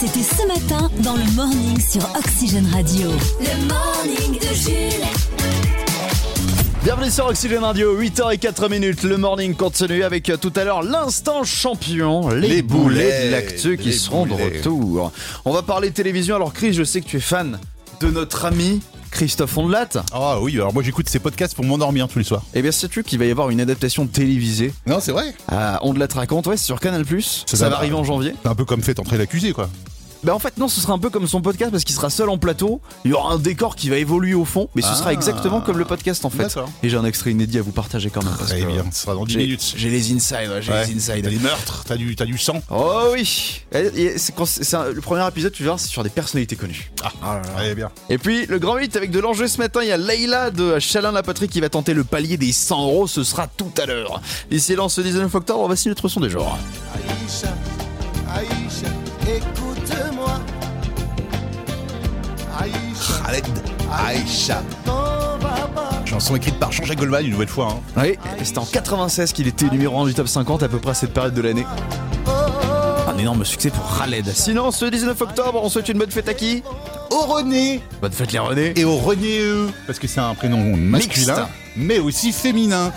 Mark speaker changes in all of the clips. Speaker 1: C'était ce matin dans le morning sur Oxygène Radio. Le morning de Jules.
Speaker 2: Bienvenue sur Oxygène Radio, 8h04 minutes, le morning continue avec euh, tout à l'heure l'instant champion, les,
Speaker 3: Les
Speaker 2: boulets,
Speaker 3: boulets,
Speaker 2: de l'actu qui
Speaker 3: les
Speaker 2: seront de
Speaker 3: boulets.
Speaker 2: retour. On va parler télévision, alors Chris, je sais que tu es fan de notre ami Christophe Ondelat.
Speaker 3: Ah oui, alors moi j'écoute ces podcasts pour m'endormir tous les soirs.
Speaker 2: Eh bien, sais-tu qu'il va y avoir une adaptation télévisée
Speaker 3: Non, c'est vrai.
Speaker 2: à Ondelat raconte, ouais, c'est sur Canal+, ça,
Speaker 3: Ça va-
Speaker 2: va arriver en janvier.
Speaker 3: C'est un peu comme fait entrer l'accusé, quoi.
Speaker 2: Bah en fait non, ce sera un peu comme son podcast parce qu'il sera seul en plateau, il y aura un décor qui va évoluer au fond, mais ce sera
Speaker 3: Ah.
Speaker 2: exactement comme le podcast en fait.
Speaker 3: D'accord.
Speaker 2: Et j'ai un extrait inédit à vous partager quand même. parce
Speaker 3: Très
Speaker 2: que
Speaker 3: Eh bien, ce sera dans 10
Speaker 2: J'ai
Speaker 3: minutes.
Speaker 2: j'ai les insides, ouais, j'ai
Speaker 3: Ouais.
Speaker 2: les insides.
Speaker 3: T'as des meurtres, t'as du, t'as du sang.
Speaker 2: Oh oui Et- et c'est quand- c'est un- Le premier épisode, tu verras, c'est sur des personnalités connues.
Speaker 3: Très Eh bien.
Speaker 2: Et puis, le grand 8 avec de l'enjeu ce matin, il y a Leïla de Chalin la Patrie qui va tenter le palier des 100 euros, ce sera tout à l'heure. D'ici là, en ce 19 octobre, oh, on va signer notre son des jours.
Speaker 4: Aïcha, Aïcha, écoute-moi. Aïcha,
Speaker 3: Khaled Aïcha.
Speaker 4: t'en vas pas.
Speaker 3: Chanson écrite par Jean-Jacques Goldman une nouvelle fois. hein.
Speaker 2: Oui, et c'était en 96 qu'il était numéro 1 du top 50 à peu près à cette période de l'année. Un énorme succès pour Khaled. Sinon, ce 19 octobre, on souhaite une bonne fête à qui
Speaker 3: Au René
Speaker 2: Bonne fête les René
Speaker 3: et au René E, parce que c'est un prénom masculin. Mais aussi féminin,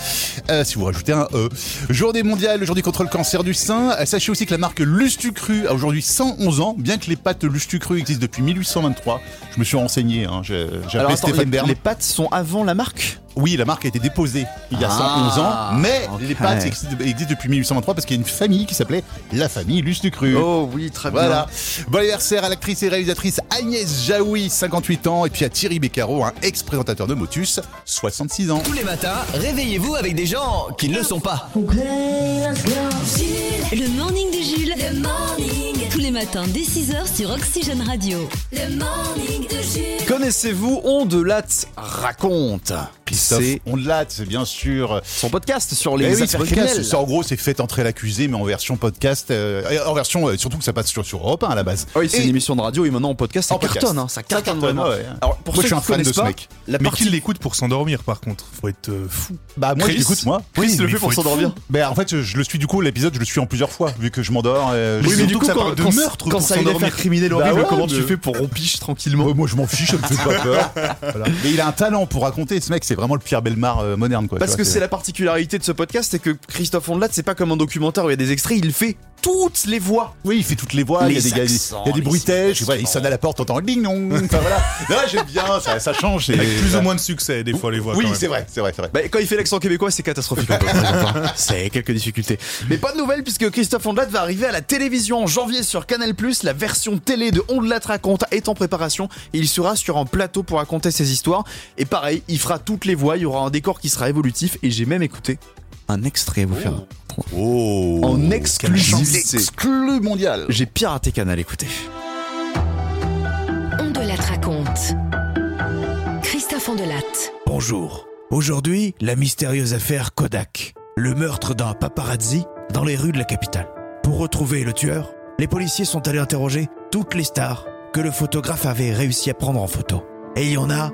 Speaker 3: Euh, si vous rajoutez un E. Journée mondiale, journée contre le cancer du sein. Euh, Sachez aussi que la marque Lustucru a aujourd'hui 111 ans, bien que les pâtes Lustucru existent depuis 1823. Je me suis renseigné, hein. j'ai j'ai appelé
Speaker 2: attends,
Speaker 3: Stéphane
Speaker 2: les,
Speaker 3: Bern.
Speaker 2: les pattes sont avant la marque
Speaker 3: Oui, la marque a été déposée il y a
Speaker 2: Ah,
Speaker 3: 111 ans, mais
Speaker 2: ok.
Speaker 3: les pâtes existent, existent depuis 1823 parce qu'il y a une famille qui s'appelait la famille Lustucru.
Speaker 2: Oh oui, très
Speaker 3: Voilà. Bon anniversaire à l'actrice et réalisatrice Agnès Jaoui, 58 ans, et puis à Thierry Beccaro, un ex-présentateur de Motus, 66 ans.
Speaker 5: Tous les matins, réveillez-vous avec des gens qui ne le sont pas.
Speaker 1: Jules, le morning de Jules. Le morning. Tous les matins dès 6h sur Oxygène Radio. Le morning de Jules.
Speaker 2: Connaissez-vous Ondelat raconte
Speaker 3: Christophe
Speaker 2: C'est
Speaker 3: Ondelat, c'est bien sûr. euh,
Speaker 2: son podcast sur
Speaker 3: Eh
Speaker 2: les
Speaker 3: oui, c'est
Speaker 2: affaires
Speaker 3: podcast,
Speaker 2: criminelles.
Speaker 3: c'est- en gros, c'est fait entrer l'accusé, mais en version podcast, euh, et en version euh, surtout que ça passe sur, sur Europe 1 à la base.
Speaker 2: Ah oui, c'est
Speaker 3: Et-
Speaker 2: une émission de radio et maintenant en podcast, ça
Speaker 3: En podcast.
Speaker 2: cartonne, hein, ça cartonne vraiment.
Speaker 3: ouais.
Speaker 2: Alors pour
Speaker 3: Moi,
Speaker 2: ceux
Speaker 3: je suis un
Speaker 2: qui
Speaker 3: fan de
Speaker 2: connaissent
Speaker 3: ce
Speaker 2: pas,
Speaker 3: mec.
Speaker 2: la
Speaker 6: Mais
Speaker 2: partie
Speaker 6: qui l'écoute pour s'endormir par contre Faut être euh, fou.
Speaker 3: Bah moi,
Speaker 6: Chris-
Speaker 3: j'écoute moi.
Speaker 6: Chris le
Speaker 3: mais
Speaker 6: fait
Speaker 3: faut
Speaker 6: pour
Speaker 3: être
Speaker 6: s'endormir.
Speaker 3: fou. Bah en fait, je, je le suis du coup l'épisode, je le suis en plusieurs fois vu que je m'endors. euh,
Speaker 6: Oui,
Speaker 3: je-
Speaker 6: mais du
Speaker 2: surtout
Speaker 6: coup, ça
Speaker 2: quand-
Speaker 6: parle de
Speaker 2: quand-
Speaker 6: meurtre
Speaker 2: quand
Speaker 6: pour
Speaker 2: ça a une
Speaker 6: s'endormir.
Speaker 2: affaire criminelle horrible,
Speaker 3: Bah ouais,
Speaker 2: comment tu
Speaker 3: mais-
Speaker 2: fais pour rompiche tranquillement
Speaker 3: Ouais, moi je m'en fiche, ça me fait pas peur. Voilà. Mais il a un talent pour raconter, ce mec c'est vraiment le Pierre Belmar euh, moderne quoi.
Speaker 2: Parce
Speaker 3: Tu
Speaker 2: que
Speaker 3: vois,
Speaker 2: c'est la particularité de ce podcast, c'est que Christophe Ondelat, c'est pas comme un documentaire où il y a des extraits, il fait toutes les voix.
Speaker 3: Oui, il fait toutes les voix, il y a
Speaker 2: Les
Speaker 3: des, gars-
Speaker 2: accents,
Speaker 3: il y a des
Speaker 2: les
Speaker 3: bruitages, voilà, il
Speaker 2: citations.
Speaker 3: sonne à la porte, t'entends ding dong. Enfin voilà. Là j'aime bien, ça, ça change. c'est-
Speaker 6: Avec plus
Speaker 3: voilà.
Speaker 6: ou moins de succès, des fois, les voix.
Speaker 3: Oui,
Speaker 6: quand même.
Speaker 3: c'est vrai, c'est vrai, c'est vrai.
Speaker 2: Bah, quand il fait l'accent québécois, c'est catastrophique. un peu, par exemple, hein. c'est quelques difficultés. Mais pas de nouvelles puisque Christophe Ondelat va arriver à la télévision en janvier sur Canal+. La version télé de Ondelat raconte est en préparation. Et il sera sur un plateau pour raconter ses histoires. Et pareil, il fera toutes les voix. Il y aura un décor qui sera évolutif. Et j'ai même écouté un extrait à vous faire.
Speaker 3: Oh.
Speaker 2: En exclusivité.
Speaker 3: Exclu mondial.
Speaker 2: J'ai piraté Canal. Écoutez.
Speaker 7: Ondelatte raconte. Christophe Ondelatte.
Speaker 8: Bonjour. Aujourd'hui, la mystérieuse affaire Kodak, le meurtre d'un paparazzi dans les rues de la capitale. Pour retrouver le tueur, les policiers sont allés interroger toutes les stars que le photographe avait réussi à prendre en photo. Et il y en a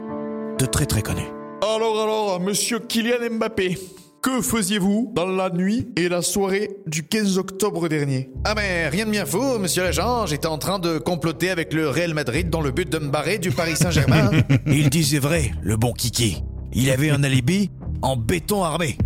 Speaker 8: de très très connus.
Speaker 9: Alors, alors, monsieur Kylian Mbappé, que faisiez-vous dans la nuit et la soirée du 15 octobre dernier
Speaker 10: Ah mais rien de bien fou, monsieur l'agent. J'étais en train de comploter avec le Real Madrid dans le but de me barrer du Paris Saint-Germain.
Speaker 8: Il disait vrai, le bon Kiki. Il avait un alibi en béton armé.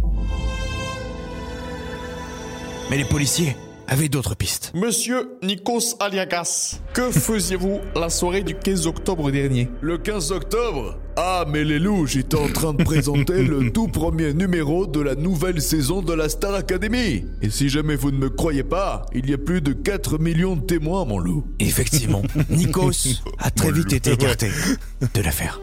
Speaker 8: Mais les policiers avaient d'autres pistes.
Speaker 9: Monsieur Nikos Aliagas, que faisiez-vous la soirée du 15 octobre dernier
Speaker 10: le 15 octobre Ah mais les loups, j'étais en train de présenter le tout premier numéro de la nouvelle saison de la Star Academy. Et si jamais vous ne me croyez pas, il y a plus de 4 millions de témoins, mon loup.
Speaker 8: Effectivement, Nikos a très vite été écarté de l'affaire.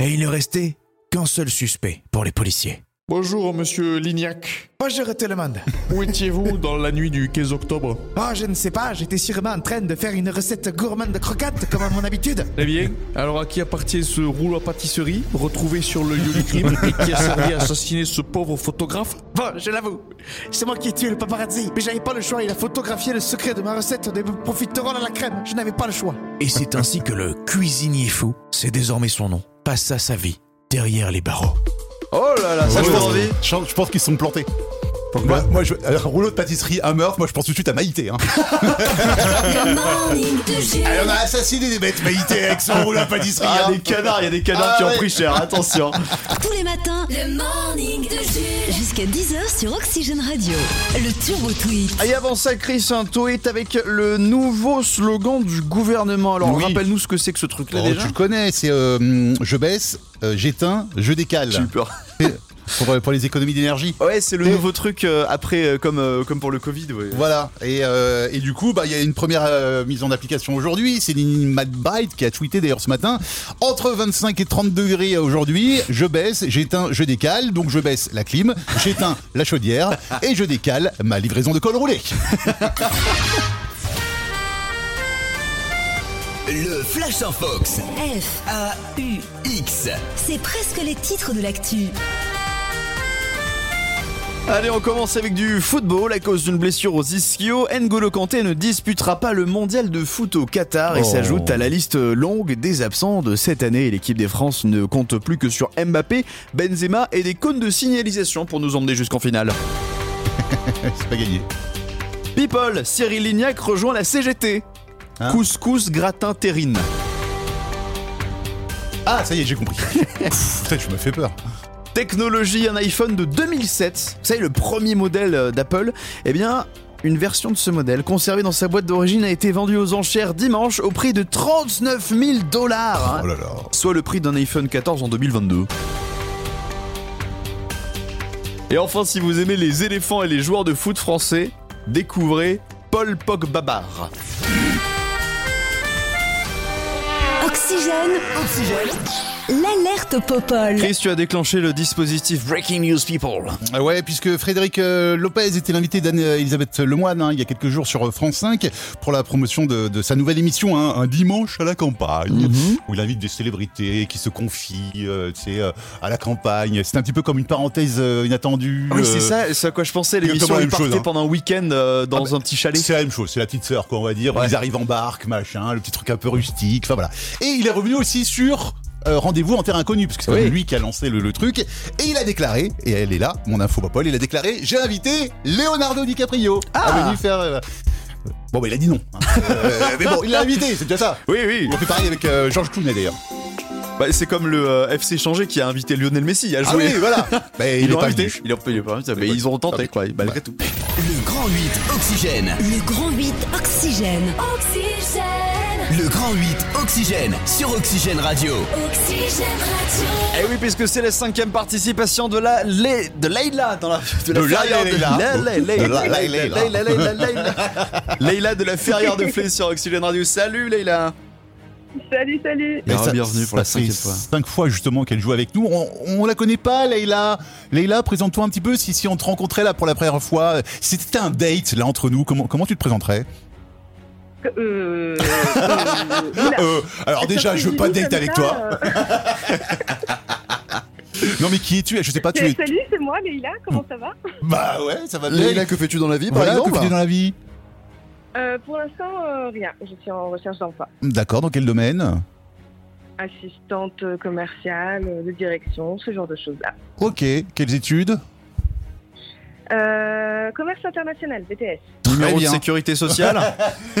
Speaker 8: Et il ne restait qu'un seul suspect pour les policiers.
Speaker 9: Bonjour, monsieur Lignac.
Speaker 10: Bonjour tout le monde.
Speaker 9: Où étiez-vous dans la nuit du 15 octobre
Speaker 10: Ah je ne sais pas, j'étais sûrement en train de faire une recette gourmande de croquettes comme à mon habitude.
Speaker 9: Eh bien, alors à qui appartient ce rouleau à pâtisserie retrouvé sur le lieu du crime et qui a servi à assassiner ce pauvre photographe
Speaker 10: Bon, je l'avoue, c'est moi qui ai tué le paparazzi, mais j'avais pas le choix. Il a photographié le secret de ma recette des profiteroles à la crème. Je n'avais pas le choix.
Speaker 8: Et c'est ainsi que le cuisinier fou, c'est désormais son nom, passa sa vie derrière les barreaux.
Speaker 2: Oh là là, ça
Speaker 3: je,
Speaker 2: fait
Speaker 3: pense,
Speaker 2: envie.
Speaker 3: je- je pense qu'ils se sont plantés. Moi, moi, je, euh, rouleau de pâtisserie, un meurtre, moi je pense tout de suite à Maïté. Hein. Elle en a assassiné des bêtes Maïté avec son rouleau à pâtisserie.
Speaker 2: Ah,
Speaker 3: hein.
Speaker 2: des canards, il y a des canards qui ont
Speaker 3: ouais.
Speaker 2: pris cher, attention.
Speaker 1: Tous les matins, le morning de Jules. Jusqu'à 10h sur Oxygène Radio. Le Turbo Tweet.
Speaker 2: Et avant ça, Chris, un tweet avec le nouveau slogan du gouvernement. Alors,
Speaker 3: Oui.
Speaker 2: rappelle-nous ce que c'est que ce truc-là
Speaker 3: Oh,
Speaker 2: déjà.
Speaker 3: tu le connais, c'est euh, je baisse, euh, j'éteins, je décale.
Speaker 2: Super.
Speaker 3: Pour, euh, pour les économies d'énergie.
Speaker 2: Ouais, c'est le
Speaker 3: Et-
Speaker 2: nouveau truc euh, après, euh, comme, euh, comme pour le Covid. ouais.
Speaker 3: Voilà, et, euh, et du coup, bah, il y a une première euh, mise en application aujourd'hui. C'est Nini McBride qui a tweeté d'ailleurs ce matin entre 25 et 30 degrés aujourd'hui, je baisse, j'éteins, je décale. Donc je baisse la clim, j'éteins la chaudière et je décale ma livraison de col roulé.
Speaker 5: Le Flash en Fox.
Speaker 1: F,
Speaker 5: F-A-U-X.
Speaker 1: c'est presque les titres de l'actu.
Speaker 2: Allez, on commence avec du football. À cause d'une blessure aux ischio, N'Golo Kanté ne disputera pas le mondial de foot au Qatar et
Speaker 3: Oh.
Speaker 2: s'ajoute à la liste longue des absents de cette année. Et L'équipe des France ne compte plus que sur Mbappé, Benzema et des cônes de signalisation pour nous emmener jusqu'en finale.
Speaker 3: c'est pas gagné.
Speaker 2: People, Cyril Lignac rejoint la CGT.
Speaker 3: Hein
Speaker 2: Couscous gratin terrine.
Speaker 3: Ah, ça y est, j'ai compris. Pff, Putain, je me fais peur.
Speaker 2: Technologie, un iPhone de 2007. Vous savez, le premier modèle euh, d'Apple. Eh bien, une version de ce modèle, conservée dans sa boîte d'origine, a été vendue aux enchères dimanche au prix de 39 000 dollars. hein.
Speaker 3: Oh là là.
Speaker 2: soit le prix d'un iPhone 14 en 2022. Et enfin, si vous aimez les éléphants et les joueurs de foot français, découvrez Paul Pogbabar.
Speaker 1: Oxygène. L'alerte au Popol.
Speaker 2: Chris, tu as déclenché le dispositif Breaking News People.
Speaker 3: Ah Ouais, puisque Frédéric euh, Lopez était l'invité d'Anne-Elisabeth Lemoine hein, il y a quelques jours sur euh, France 5 pour la promotion de, de sa nouvelle émission, hein, Un dimanche à la campagne,
Speaker 2: Mhm.
Speaker 3: où il invite des célébrités qui se confient euh, tu sais, euh, à la campagne. C'est un petit peu comme une parenthèse euh, inattendue.
Speaker 2: Oui,
Speaker 3: euh,
Speaker 2: c'est ça, c'est à quoi je pensais. L'émission,
Speaker 3: exactement la
Speaker 2: il
Speaker 3: même chose,
Speaker 2: partait
Speaker 3: hein. Ah bah,
Speaker 2: pendant un week-end euh, dans un petit chalet.
Speaker 3: C'est la même chose, c'est la petite sœur, quoi, on va dire. Ils arrivent en barque, machin, le petit truc un peu rustique, enfin voilà. Et il est revenu aussi sur euh, Rendez-vous en terre inconnue, parce que c'est
Speaker 2: Oui.
Speaker 3: quand même lui qui a lancé le, le truc. Et il a déclaré, et elle est là, mon info Popol, il a déclaré J'ai invité Leonardo DiCaprio
Speaker 2: Ah.
Speaker 3: à venir faire. euh, Bon, bah, il a dit non. hein. Euh, mais bon, il l'a invité, c'est déjà ça.
Speaker 2: Oui, oui.
Speaker 3: On fait pareil avec euh, Georges Clooney d'ailleurs.
Speaker 2: Bah, c'est comme le euh, FC Changé qui a invité Lionel Messi à
Speaker 3: Ah
Speaker 2: jouer.
Speaker 3: oui, voilà. Bah,
Speaker 2: Ils
Speaker 3: il est
Speaker 2: l'ont
Speaker 3: pas
Speaker 2: invité.
Speaker 3: venu.
Speaker 2: Ils l'ont- ils l'ont pas invité, mais ils ont tenté, quoi, malgré tout.
Speaker 5: Le Grand 8 Oxygène.
Speaker 1: Le grand 8 Oxygène. Oxygène.
Speaker 5: Le Grand 8 Oxygène sur Oxygène Radio.
Speaker 1: Oxygène Radio.
Speaker 2: Et Eh oui, puisque c'est la cinquième participation de la Lé- de Leïla dans la de la
Speaker 3: De la
Speaker 2: ferrière de-
Speaker 3: Leïla.
Speaker 2: Lé- Lé-
Speaker 3: De la
Speaker 2: Lé-
Speaker 3: Leïla.
Speaker 2: Lé- Lé- Lé- Lé- Lé- Leïla de la ferrière de Flé sur Oxygène Radio. Salut Leïla.
Speaker 11: Salut, salut.
Speaker 3: Mais
Speaker 2: Alors,
Speaker 3: ça-
Speaker 2: bienvenue pour
Speaker 3: ça
Speaker 2: la cinquième
Speaker 3: fait
Speaker 2: fois.
Speaker 3: Cinq fois justement qu'elle joue avec nous. On, on la connaît pas, Leïla. Leïla, présente-toi un petit peu. Si, si on te rencontrait là pour la première fois, si c'était un date là entre nous, comment, comment tu te présenterais
Speaker 11: Euh, euh, oula.
Speaker 3: Euh, Alors déjà, je veux pas de date
Speaker 11: Comme
Speaker 3: avec
Speaker 11: ça,
Speaker 3: toi.
Speaker 11: euh,
Speaker 3: Non mais qui es-tu Je sais pas, tu es.
Speaker 11: Salut, c'est moi, Leïla. Comment ça va
Speaker 3: Bah ouais, ça va bien.
Speaker 2: Leïla, que fais-tu dans la vie par
Speaker 3: Voilà, que
Speaker 2: exemple
Speaker 3: fais-tu dans la vie
Speaker 11: Euh, Pour l'instant, euh, rien. Je suis en recherche d'emploi.
Speaker 3: D'accord, dans quel domaine
Speaker 11: Assistante commerciale, euh, de direction, ce genre de choses-là.
Speaker 3: Ok, quelles études
Speaker 11: Euh, commerce international, BTS.
Speaker 2: Numéro de
Speaker 3: bien.
Speaker 2: sécurité sociale.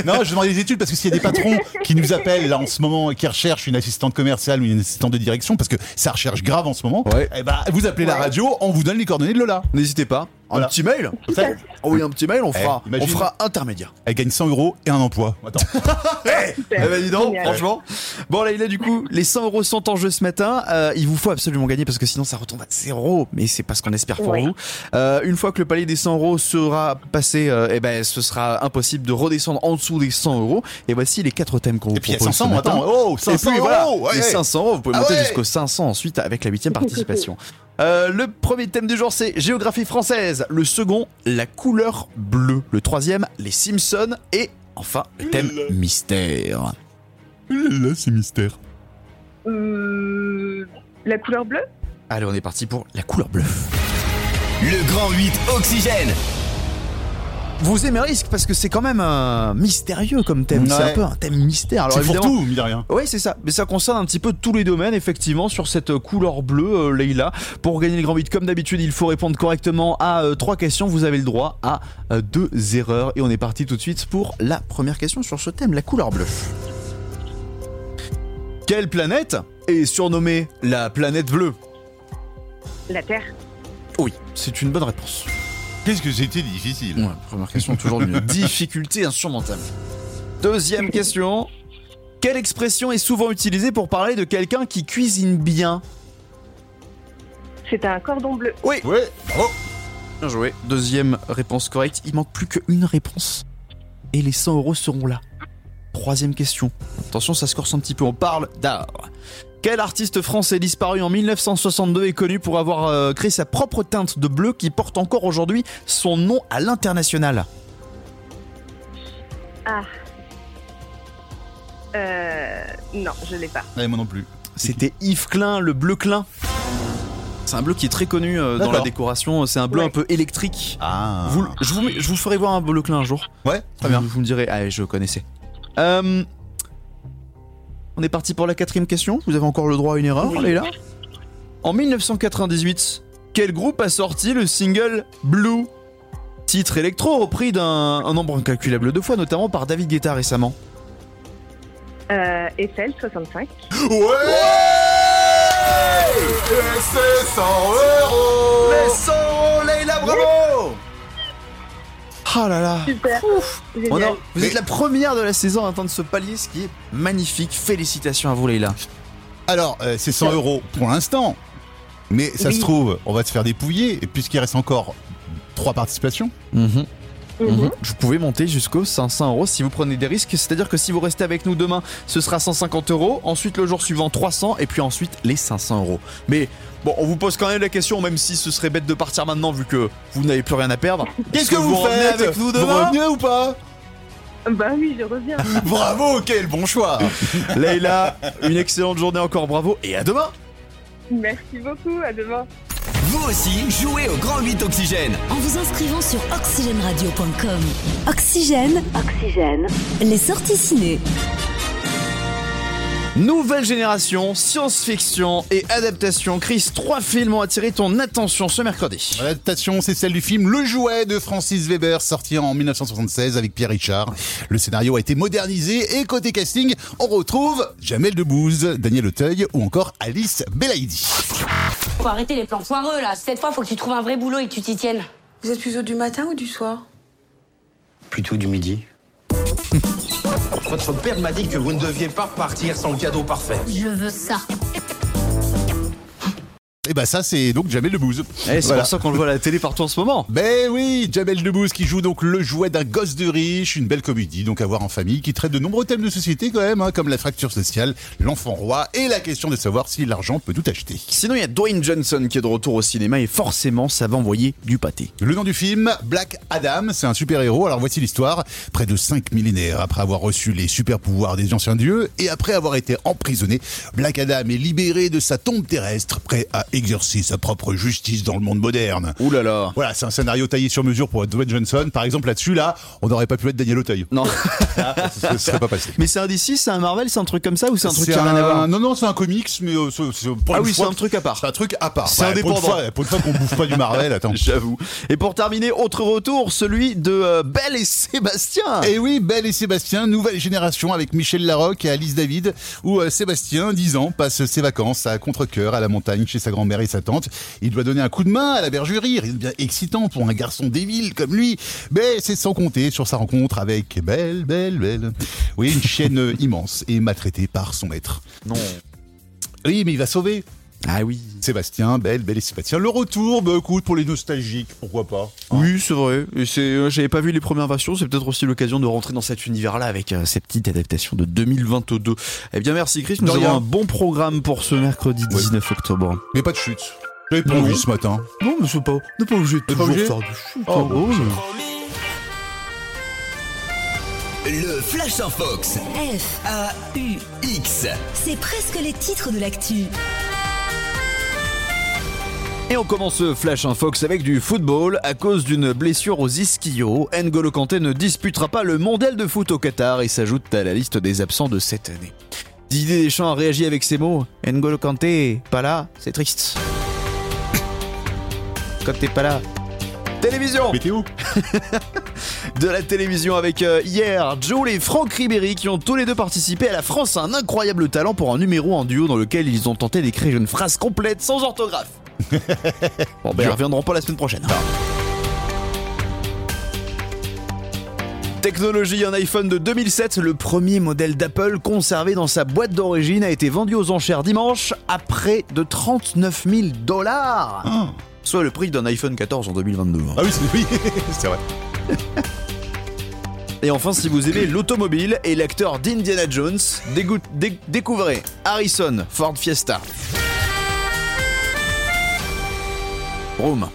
Speaker 3: Non, je demande des études parce que s'il y a des patrons qui nous appellent là en ce moment et qui recherchent une assistante commerciale ou une assistante de direction, parce que ça recherche grave en ce moment,
Speaker 2: Ouais.
Speaker 3: eh ben, vous appelez la radio, on vous donne les coordonnées de Lola.
Speaker 2: N'hésitez pas. Un
Speaker 3: Voilà.
Speaker 2: petit mail. Ah
Speaker 3: Ça,
Speaker 2: Oui, un petit mail, on
Speaker 3: Eh,
Speaker 2: fera. On
Speaker 3: imagine.
Speaker 2: fera intermédiaire.
Speaker 3: elle gagne 100 euros et un emploi. Attends.
Speaker 11: Super.
Speaker 2: Eh ben dis donc,
Speaker 11: Génial.
Speaker 2: franchement. Bon Leïla, du coup, les 100 euros sont en jeu ce matin. Euh, il vous faut absolument gagner parce que sinon ça retombe à zéro. Mais c'est pas ce qu'on espère pour
Speaker 11: Ouais.
Speaker 2: vous. Euh, une fois que le palier des 100 euros sera passé, euh, eh ben ce sera impossible de redescendre en dessous des 100 euros. Et voici les quatre thèmes qu'on vous
Speaker 3: Et puis il y a
Speaker 2: propose
Speaker 3: 500,
Speaker 2: ce matin.
Speaker 3: attends. Oh,
Speaker 2: Et
Speaker 3: 500
Speaker 2: puis
Speaker 3: euros
Speaker 2: voilà,
Speaker 3: ouais.
Speaker 2: les 500 euros, vous pouvez
Speaker 3: Ah
Speaker 2: monter
Speaker 3: ouais.
Speaker 2: jusqu'aux 500 ensuite avec la huitième participation. Euh, le premier thème du jour, c'est géographie française. Le second, la couleur bleue. Le troisième, les Simpsons. Et enfin, le thème mystère.
Speaker 3: Là, c'est mystère.
Speaker 11: Euh, la couleur bleue
Speaker 2: Allez, on est parti pour la couleur bleue.
Speaker 5: Le Grand 8 Oxygène.
Speaker 2: Vous aimez Risk parce que c'est quand même euh, mystérieux comme thème. C'est
Speaker 3: Ouais.
Speaker 2: un peu un thème mystère. Alors
Speaker 3: C'est pour
Speaker 2: évidemment-
Speaker 3: tout, mine de rien.
Speaker 2: Oui, c'est ça. Mais ça concerne un petit peu tous les domaines, effectivement, sur cette couleur bleue, euh, Leïla. Pour gagner le grand 8, comme d'habitude, il faut répondre correctement à euh, trois questions. Vous avez le droit à euh, deux erreurs. Et on est parti tout de suite pour la première question sur ce thème, la couleur bleue. Quelle planète est surnommée la planète bleue
Speaker 11: La Terre.
Speaker 2: Oui, c'est une bonne réponse.
Speaker 3: Qu'est-ce que c'était difficile
Speaker 2: Ouais, première question, toujours d'une difficulté insurmontable. Deuxième question. Quelle expression est souvent utilisée pour parler de quelqu'un qui cuisine bien
Speaker 11: C'est un cordon bleu.
Speaker 2: Oui. Bien joué. Deuxième réponse correcte. Il manque plus qu'une réponse. Et les 100 euros seront là. Troisième question. Attention, ça se corse un petit peu. On parle d'art. Quel artiste français disparu en 1962 est connu pour avoir euh, créé sa propre teinte de bleu qui porte encore aujourd'hui son nom à l'international
Speaker 11: Ah. Euh, non, je l'ai pas.
Speaker 3: moi non plus.
Speaker 2: C'était Yves Klein, le bleu Klein. C'est un bleu qui est très connu euh, dans
Speaker 3: D'accord.
Speaker 2: la décoration. C'est un bleu
Speaker 3: Ouais.
Speaker 2: un peu électrique.
Speaker 3: Ah.
Speaker 2: Vous- je, vous, mets- je vous ferai voir un bleu Klein un jour.
Speaker 3: Ouais,
Speaker 2: très bien. Vous, vous me direz, ah, je connaissais. Euh, on est parti pour la quatrième question. Vous avez encore le droit à une erreur,
Speaker 11: Oui.
Speaker 2: Leïla En 1998, quel groupe a sorti le single Blue Titre électro repris d'un un nombre incalculable de fois, notamment par David Guetta récemment.
Speaker 11: Euh, Eiffel 65.
Speaker 3: Et c'est 100 euros
Speaker 2: Les 100 euros, Leïla, bravo Oh là là
Speaker 11: Super.
Speaker 3: Oh
Speaker 2: On
Speaker 11: Génial.
Speaker 2: en- vous êtes la première de la saison à atteindre ce palier, ce qui est magnifique. Félicitations à vous, Leïla.
Speaker 3: Alors, euh, c'est 100 euros pour l'instant. Mais ça
Speaker 11: Oui.
Speaker 3: se trouve, on va se faire dépouiller, et puisqu'il reste encore trois participations.
Speaker 2: Mhm. Vous pouvez monter jusqu'aux 500 euros si vous prenez des risques. C'est-à-dire que si vous restez avec nous demain, ce sera 150 euros. Ensuite, le jour suivant, 300. Et puis ensuite, les 500 euros. Mais bon, on vous pose quand même la question, même si ce serait bête de partir maintenant vu que vous n'avez plus rien à perdre. Est-ce revenez avec nous
Speaker 3: Vous
Speaker 2: demain
Speaker 3: revenez ou pas
Speaker 11: Bah oui, je reviens.
Speaker 3: Bravo, quel bon choix
Speaker 2: Leïla, une excellente journée encore. Bravo et à demain
Speaker 11: Merci beaucoup. À demain.
Speaker 5: Vous aussi, jouez au Grand 8 Oxygène.
Speaker 1: En vous inscrivant sur oxygèneradio.com. Oxygène. Oxygène. Les sorties ciné.
Speaker 2: Nouvelle génération, science-fiction et adaptation. Chris, trois films ont attiré ton attention ce mercredi.
Speaker 3: L'adaptation, c'est celle du film Le Jouet de Francis Weber, sorti en 1976 avec Pierre Richard. Le scénario a été modernisé et côté casting, on retrouve Jamel Debbouze, Daniel Auteuil ou encore Alice Belaïdi.
Speaker 12: Faut arrêter les plans foireux là. Cette fois, faut que tu trouves un vrai boulot et que tu t'y tiennes. Vous êtes plutôt du matin ou du soir
Speaker 13: Plutôt du midi. Votre père m'a dit que vous ne deviez pas partir sans le cadeau parfait.
Speaker 12: Je veux ça.
Speaker 3: Et bah ça c'est donc Jamel Debbouze.
Speaker 2: Eh, c'est pour ça qu'on le voit à la télé partout en ce moment.
Speaker 3: Ben oui, Jamel Debbouze qui joue donc le jouet d'un gosse de riche, une belle comédie donc à voir en famille qui traite de nombreux thèmes de société quand même, hein, comme la fracture sociale, l'enfant roi et la question de savoir si l'argent peut tout acheter.
Speaker 2: Sinon, il y a Dwayne Johnson qui est de retour au cinéma et forcément, ça va envoyer du pâté.
Speaker 3: Le nom du film, Black Adam, c'est un super-héros. Alors voici l'histoire. Près de cinq millénaires après avoir reçu les super-pouvoirs des anciens dieux et après avoir été emprisonné, Black Adam est libéré de sa tombe terrestre, prêt à exercer sa propre justice dans le monde moderne.
Speaker 2: Ouh là là
Speaker 3: Voilà, c'est un scénario taillé sur mesure pour Dwayne Johnson. Par exemple, là-dessus, là, on n'aurait pas pu être Daniel Auteuil. Ah,
Speaker 2: Non.
Speaker 3: ça serait pas passé.
Speaker 2: Mais c'est un DC, c'est un Marvel, c'est un truc comme ça ou c'est un truc
Speaker 3: C'est
Speaker 2: qui a rien à
Speaker 3: un-
Speaker 2: voir
Speaker 3: Non, non, c'est un comics, mais euh, c'est- c'est- pour
Speaker 2: Ah
Speaker 3: une
Speaker 2: oui,
Speaker 3: fois-
Speaker 2: c'est un truc à part.
Speaker 3: C'est un truc à part.
Speaker 2: C'est
Speaker 3: Ouais,
Speaker 2: indépendant.
Speaker 3: Pour une fois, pour une fois qu'on bouffe pas du Marvel, attends.
Speaker 2: J'avoue. Et pour terminer, autre retour, celui de euh, Belle et Sébastien.
Speaker 3: Et Eh oui, Belle et Sébastien, nouvelle génération avec Michel Larocque et Alice David, où euh, Sébastien, 10 ans, passe ses vacances à contre-coeur à la montagne chez sa grand-mère et sa tante. Il doit donner un coup de main à la bergerie, rien de bien excitant pour un garçon débile comme lui. Mais c'est sans compter sur sa rencontre avec Belle, Belle, Belle. Oui, une chienne euh, immense et maltraitée par son maître.
Speaker 2: Non.
Speaker 3: Oui, mais il va sauver.
Speaker 2: Ah oui.
Speaker 3: Sébastien, Belle, Belle et Sébastien. Le retour, bah, écoute, pour les nostalgiques, pourquoi pas.
Speaker 2: Oui, c'est vrai. Et c'est, euh, j'avais pas vu les premières versions. C'est peut-être aussi l'occasion de rentrer dans cet univers-là avec euh, cette petite adaptation de 2022. Eh bien, merci Chris. Nous
Speaker 3: De rien.
Speaker 2: avons un bon programme pour ce mercredi 19 octobre.
Speaker 3: Mais pas de chute. J'avais pas
Speaker 2: Non.
Speaker 3: envie ce matin.
Speaker 2: Non, mais c'est pas, n'est pas obligé de
Speaker 3: toujours
Speaker 2: faire
Speaker 3: faire
Speaker 2: du
Speaker 3: du
Speaker 2: shoot.
Speaker 3: hein. Oh,
Speaker 5: Le Flash en Fox.
Speaker 1: F.
Speaker 5: A. U. X.
Speaker 1: C'est presque les titres de l'actu.
Speaker 2: Et on commence ce Flash Infox avec du football. À cause d'une blessure aux ischios, N'Golo Kanté ne disputera pas le mondial de foot au Qatar et s'ajoute à la liste des absents de cette année. Didier Deschamps a réagi avec ces mots N'Golo Kanté, pas là, c'est triste. Quand t'es pas là. Télévision
Speaker 3: Météo
Speaker 2: De la télévision avec euh, hier Joel et Franck Ribéry qui ont tous les deux participé à la France à un incroyable talent pour un numéro en duo dans lequel ils ont tenté d'écrire une phrase complète sans orthographe. bon ben ils reviendront pas la semaine prochaine. Technologie, un iPhone de 2007, le premier modèle d'Apple conservé dans sa boîte d'origine, a été vendu aux enchères dimanche à près de 39 000 dollars. Soit le prix d'un iPhone 14 en 2022.
Speaker 3: Ah oui, c'est vrai.
Speaker 2: Et enfin, si vous aimez l'automobile et l'acteur d'Indiana Jones, dégoût- dé- découvrez Harrison Ford Fiesta. Room.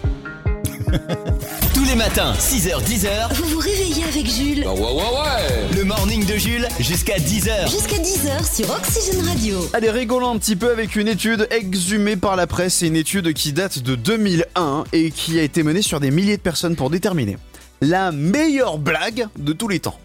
Speaker 5: Tous les matins, 6h-10h.
Speaker 1: Vous vous réveillez avec Jules.
Speaker 5: Le morning de Jules jusqu'à 10h.
Speaker 1: Jusqu'à 10h sur Oxygène Radio.
Speaker 2: Allez, rigolons un petit peu avec une étude exhumée par la presse. C'est une étude qui date de 2001 et qui a été menée sur des milliers de personnes pour déterminer la meilleure blague de tous les temps.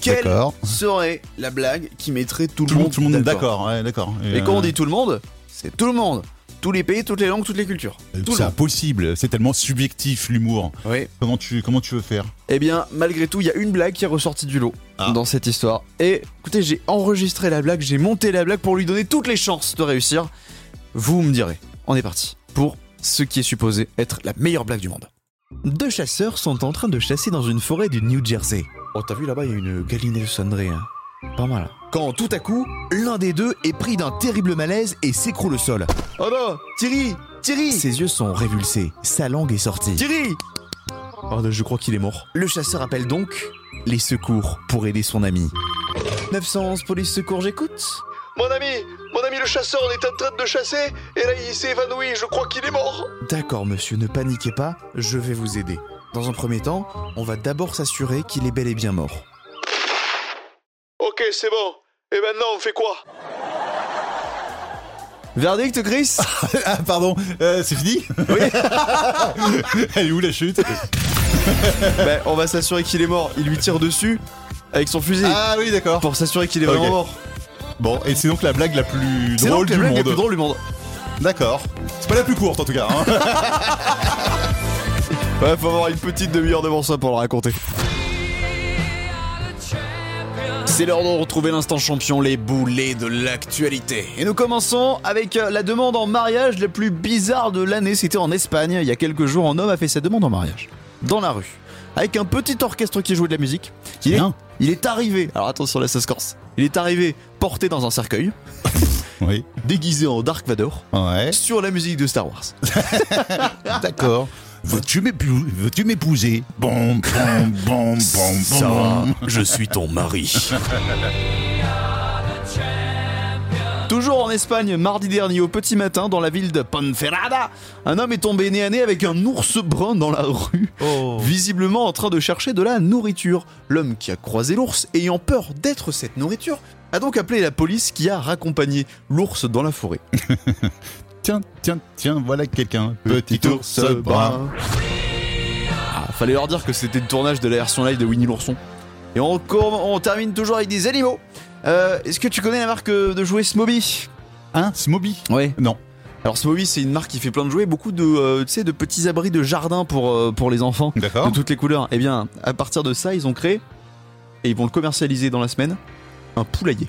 Speaker 2: Quelle
Speaker 3: D'accord.
Speaker 2: serait la blague qui mettrait tout,
Speaker 3: Tout le monde, tout le monde
Speaker 2: d'accord
Speaker 3: d'accord. ouais, d'accord. euh,
Speaker 2: Et quand on dit tout le monde, c'est tout le monde. Tous les pays, toutes les langues, toutes les cultures. Tout
Speaker 3: C'est
Speaker 2: le monde.
Speaker 3: impossible, c'est tellement subjectif l'humour.
Speaker 2: Oui.
Speaker 3: Comment tu, comment tu veux faire
Speaker 2: Eh bien, malgré tout, il y a une blague qui est ressortie du lot dans cette histoire. Et écoutez, j'ai enregistré la blague, j'ai monté la blague pour lui donner toutes les chances de réussir. Vous me direz, on est parti pour ce qui est supposé être la meilleure blague du monde. Deux chasseurs sont en train de chasser dans une forêt du New Jersey. Oh, t'as vu là-bas, il y a une galinée de cendrée. hein. Pas mal. Quand tout à coup, l'un des deux est pris d'un terrible malaise et s'écroule au sol. Oh non Thierry Thierry Ses yeux sont révulsés, sa langue est sortie. Thierry Oh, je crois qu'il est mort. Le chasseur appelle donc les secours pour aider son ami. 911 police secours, j'écoute.
Speaker 9: Mon ami, mon ami le chasseur, on est en train de chasser et là il s'est évanoui, je crois qu'il est mort.
Speaker 2: D'accord, monsieur, ne paniquez pas, je vais vous aider. Dans un premier temps, on va d'abord s'assurer qu'il est bel et bien mort.
Speaker 9: Ok, c'est bon. Et maintenant on fait quoi
Speaker 2: Verdict, Chris
Speaker 3: Ah, pardon, euh, c'est fini Oui Elle est où la chute
Speaker 2: Ben, on va s'assurer qu'il est mort. Il lui tire dessus avec son fusil.
Speaker 3: Ah oui, d'accord.
Speaker 2: Pour s'assurer qu'il est vraiment
Speaker 3: Ok.
Speaker 2: mort.
Speaker 3: Bon, et c'est donc la blague la plus
Speaker 2: C'est
Speaker 3: drôle
Speaker 2: donc la
Speaker 3: du
Speaker 2: blague la
Speaker 3: monde.
Speaker 2: plus drôle du monde.
Speaker 3: D'accord. C'est pas la plus courte en tout cas. hein.
Speaker 2: Ouais, faut avoir une petite demi-heure devant ça pour le raconter. C'est l'heure de retrouver l'instant champion, les boulets de l'actualité. Et nous commençons avec euh, la demande en mariage la plus bizarre de l'année. C'était en Espagne, il y a quelques jours, un homme a fait sa demande en mariage. Dans la rue. Avec un petit orchestre qui jouait de la musique. Il est, il est arrivé, alors attention là ça se corse. Il est arrivé porté dans un cercueil,
Speaker 3: oui.
Speaker 2: déguisé en Dark Vador,
Speaker 3: Ouais.
Speaker 2: sur la musique de Star Wars.
Speaker 3: D'accord. Veux-tu m'épou- veux-tu m'épouser Bon, bon, bon, bon, bon.
Speaker 8: Sarah, je suis ton mari.
Speaker 2: Toujours en Espagne, mardi dernier au petit matin, dans la ville de Ponferrada, un homme est tombé nez à nez avec un ours brun dans la rue, visiblement en train de chercher de la nourriture. L'homme qui a croisé l'ours, ayant peur d'être cette nourriture, a donc appelé la police qui a raccompagné l'ours dans la forêt.
Speaker 3: Tiens, tiens, tiens, voilà quelqu'un. Petit ours brun.
Speaker 2: Ah, fallait leur dire que c'était le tournage de la version live de Winnie l'ourson. Et on, com- on termine toujours avec des animaux. Euh, Est-ce que tu connais la marque euh, de jouets Smoby
Speaker 3: Hein, Smoby
Speaker 2: Ouais.
Speaker 3: Non.
Speaker 2: Alors Smoby c'est une marque qui fait plein de jouets, beaucoup de, euh, tu sais, de petits abris de jardin pour, euh, pour les enfants,
Speaker 3: D'accord.
Speaker 2: de toutes les couleurs. Et bien, à partir de ça, ils ont créé, et ils vont le commercialiser dans la semaine, un poulailler.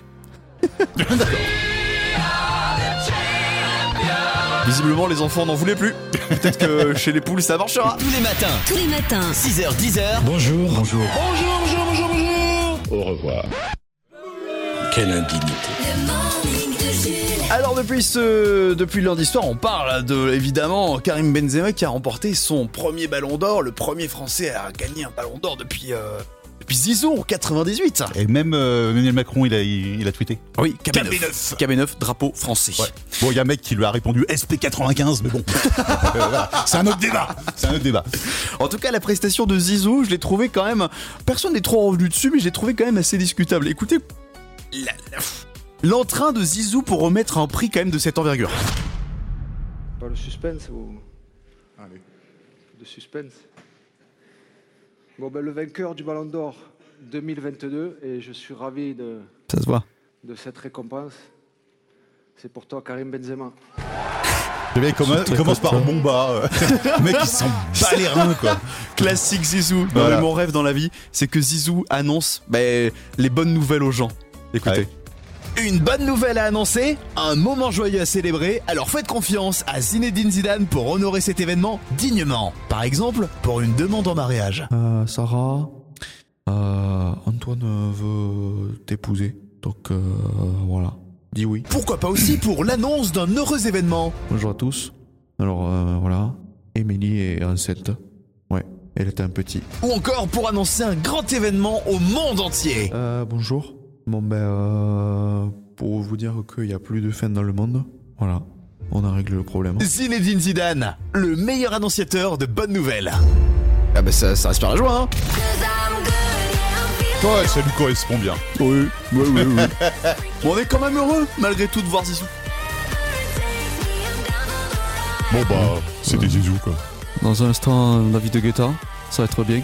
Speaker 2: Visiblement les enfants n'en voulaient plus. Peut-être que chez les poules ça marchera.
Speaker 5: Tous les matins,
Speaker 1: Tous les matins.
Speaker 5: 6h-10h.
Speaker 8: Bonjour. Bonjour.
Speaker 4: Bonjour, bonjour, bonjour, bonjour
Speaker 8: Au revoir. Quelle indignité.
Speaker 1: Le morning de Jules.
Speaker 2: Alors depuis ce depuis lundi soir, on parle de évidemment Karim Benzema qui a remporté son premier Ballon d'Or, le premier Français à gagner un Ballon d'Or depuis euh, depuis Zizou en 98.
Speaker 3: Et même euh, Emmanuel Macron, il a, il, il a tweeté.
Speaker 2: Oui, KB9. KB9, drapeau français.
Speaker 3: Bon, il y a un mec qui lui a répondu SP95, mais bon. Euh, voilà. C'est un autre débat. C'est un autre débat.
Speaker 2: En tout cas, la prestation de Zizou, je l'ai trouvé quand même. Personne n'est trop revenu dessus, mais je l'ai trouvé quand même assez discutable. Écoutez, la- la- l'entrain de Zizou pour remettre un prix quand même de cette envergure.
Speaker 14: Pas le suspense ou Allez. De suspense. Bon, ben, le vainqueur du Ballon d'Or 2022, et je suis ravi de,
Speaker 2: Ça se voit.
Speaker 14: de cette récompense, c'est pour toi, Karim Benzema.
Speaker 3: Le mec commence,
Speaker 2: Surtout
Speaker 3: commence
Speaker 2: quand
Speaker 3: par Bomba. euh. le mec, il s'en bat les reins, quoi.
Speaker 2: Classique Zizou. Non,
Speaker 3: Voilà.
Speaker 2: mais mon rêve dans la vie, c'est que Zizou annonce bah, les bonnes nouvelles aux gens. Écoutez. Une bonne nouvelle à annoncer, un moment joyeux à célébrer, alors faites confiance à Zinedine Zidane pour honorer cet événement dignement. Par exemple, pour une demande en mariage.
Speaker 8: Euh, Sarah, euh, Antoine euh, veut t'épouser. Donc euh, voilà. Dis oui.
Speaker 2: Pourquoi pas aussi pour l'annonce d'un heureux événement
Speaker 8: Bonjour à tous. Alors euh, voilà. Émilie est enceinte. Ouais, elle était un petit.
Speaker 2: Ou encore pour annoncer un grand événement au monde entier.
Speaker 8: Euh, bonjour. Bon ben, euh, pour vous dire qu'il n'y a plus de fin dans le monde. Voilà. On a réglé le problème.
Speaker 2: Zinedine Zidane, le meilleur annonciateur de bonnes nouvelles. Ah bah ça, ça respire la joie, hein
Speaker 3: Ouais, ça lui correspond bien.
Speaker 2: Oui, oui, oui, oui. Bon, on est quand même heureux, malgré tout, de voir Zizou.
Speaker 3: Bon, bah, c'était Zizou, quoi.
Speaker 15: Dans un instant, la vie de Guetta, ça va être bien.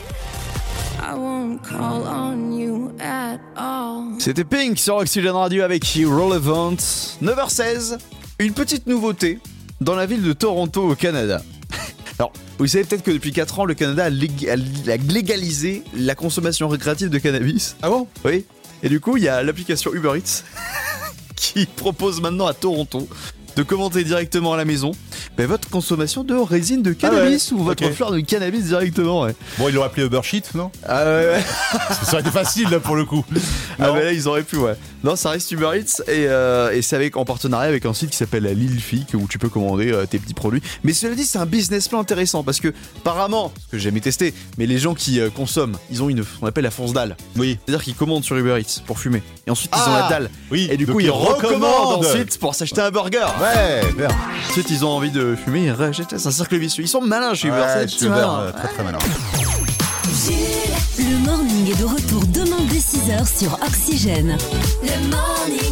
Speaker 16: I won't call on you at all.
Speaker 2: C'était Pink sur Oxygen Radio avec Irrelevant. 9h16, une petite nouveauté dans la ville de Toronto au Canada. Alors, vous savez peut-être que depuis 4 ans, le Canada a, lég- a lég- a légalisé la consommation récréative de cannabis. Ah bon Oui. Et du coup, il y a l'application Uber Eats qui propose maintenant à Toronto de commander directement à la maison ben, votre consommation de résine de cannabis ou votre
Speaker 3: ok.
Speaker 2: fleur de cannabis directement. ouais.
Speaker 3: Bon, ils l'ont appelé Uber Sheet, non
Speaker 2: Ah ouais, ouais.
Speaker 3: Ça aurait été facile, là, pour le coup.
Speaker 2: Ah bah là ils auraient pu ouais. Non ça reste Uber Eats et, euh, et c'est avec en partenariat avec un site qui s'appelle Lille Fic où tu peux commander euh, tes petits produits. Mais cela dit c'est un business plan intéressant parce que apparemment ce que j'ai jamais testé mais les gens qui euh, consomment ils ont une ce qu'on appelle la fonce dalle. Oui. C'est-à-dire qu'ils commandent sur Uber Eats pour fumer et ensuite ils ont
Speaker 3: Ah,
Speaker 2: la dalle.
Speaker 3: oui,
Speaker 2: Et du
Speaker 3: donc
Speaker 2: coup
Speaker 3: ils
Speaker 2: ils recommandent
Speaker 3: recommandent.
Speaker 2: ensuite pour s'acheter un burger.
Speaker 3: Ouais, merde.
Speaker 2: Ensuite ils ont envie de fumer ils rachètent. C'est un cercle vicieux. Ils sont malins chez Uber.
Speaker 3: Ouais,
Speaker 2: c'est des
Speaker 3: chez
Speaker 2: petits
Speaker 3: Uber,
Speaker 2: malins.
Speaker 3: euh, très très malin.
Speaker 1: Le morning est de retour demain dès 6h sur Oxygène. Le morning.